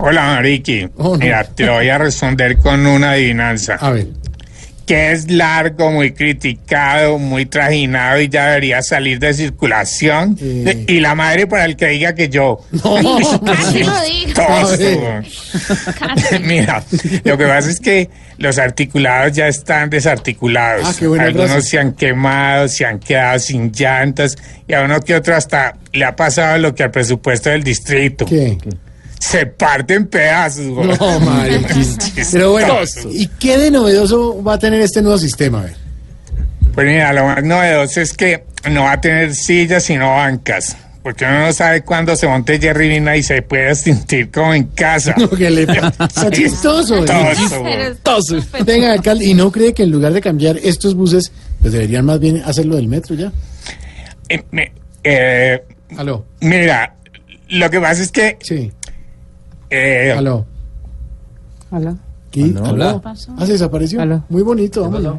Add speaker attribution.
Speaker 1: Hola, Mariki.
Speaker 2: Oh, no.
Speaker 1: Mira, te voy a responder con una adivinanza.
Speaker 2: A ver,
Speaker 1: Que es largo, muy criticado, muy trajinado y ya debería salir de circulación.
Speaker 2: Eh.
Speaker 1: Y la madre para el que diga que yo.
Speaker 3: Casi lo digo.
Speaker 1: Tosto. Mira, lo que pasa es que los articulados ya están desarticulados.
Speaker 2: Ah, qué buena
Speaker 1: Algunos
Speaker 2: frase.
Speaker 1: se han quemado, se han quedado sin llantas y a uno que otro hasta le ha pasado lo que al presupuesto del distrito.
Speaker 2: ¿qué?
Speaker 1: Se parten pedazos. güey.
Speaker 2: No, madre. Pero bueno, ¿y qué de novedoso va a tener este nuevo sistema? A ver.
Speaker 1: Pues mira, lo más novedoso es que no va a tener sillas sino bancas. Porque uno no sabe cuándo se monte Jerry Mina y se puede sentir como en casa.
Speaker 2: No, que le Está chistoso. ¿eh?
Speaker 1: Tosto, güey.
Speaker 3: Eres-
Speaker 2: Venga, alcalde, ¿y no cree que en lugar de cambiar estos buses, pues deberían más bien hacerlo del metro ya?
Speaker 1: Eh, me- eh,
Speaker 2: Aló,
Speaker 1: mira, lo que pasa es que
Speaker 2: sí,
Speaker 1: eh,
Speaker 2: aló.
Speaker 4: Hola.
Speaker 2: ¿Qué? ¿Aló? Ah, se desapareció.
Speaker 4: Aló.
Speaker 2: Muy bonito, vámonos.